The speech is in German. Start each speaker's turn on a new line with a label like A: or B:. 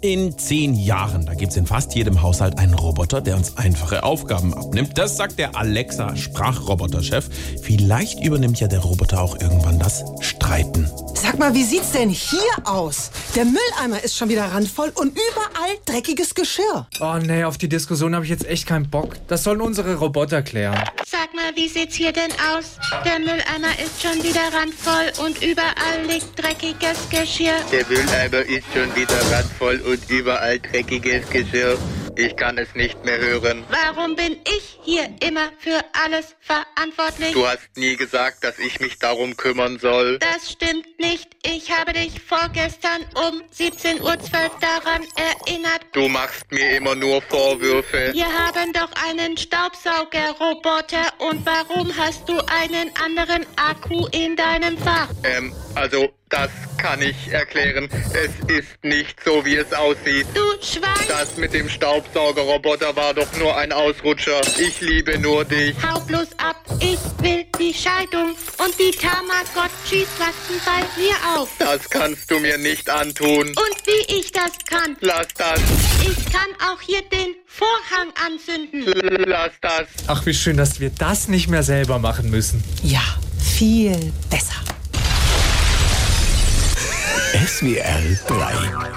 A: In zehn Jahren, da gibt es in fast jedem Haushalt einen Roboter, der uns einfache Aufgaben abnimmt. Das sagt der Alexa-Sprachroboter-Chef. Vielleicht übernimmt ja der Roboter auch irgendwann das Streiten.
B: Sag mal, wie sieht's denn hier aus? Der Mülleimer ist schon wieder randvoll und überall dreckiges Geschirr.
C: Oh nee, auf die Diskussion habe ich jetzt echt keinen Bock. Das sollen unsere Roboter klären.
D: Sag mal, wie sieht's hier denn aus? Der Mülleimer ist schon wieder randvoll und überall liegt dreckiges Geschirr.
E: Der Mülleimer ist schon wieder randvoll und überall dreckiges Geschirr. Ich kann es nicht mehr hören.
D: Warum bin ich hier immer für alles verantwortlich?
E: Du hast nie gesagt, dass ich mich darum kümmern soll.
D: Das stimmt nicht. Ich habe dich vorgestern um 17.12 Uhr daran erinnert.
E: Du machst mir immer nur Vorwürfe.
D: Wir haben doch einen Staubsaugerroboter und warum hast du einen anderen Akku in deinem Fach?
E: Ähm, also, das kann ich erklären. Es ist nicht so, wie es aussieht.
D: Du Schwein!
E: Das mit dem Staubsaugerroboter war doch nur ein Ausrutscher. Ich liebe nur dich.
D: Hau bloß ab, ich will die Scheidung und die Tamagotchis wachsen bei mir auf.
E: Das kannst du mir nicht antun.
D: Und wie ich das kann,
E: Lass das.
D: ich kann auch hier den Vorhang anzünden.
E: Lass das.
C: Ach, wie schön, dass wir das nicht mehr selber machen müssen.
B: Ja, viel besser.
F: SWR 3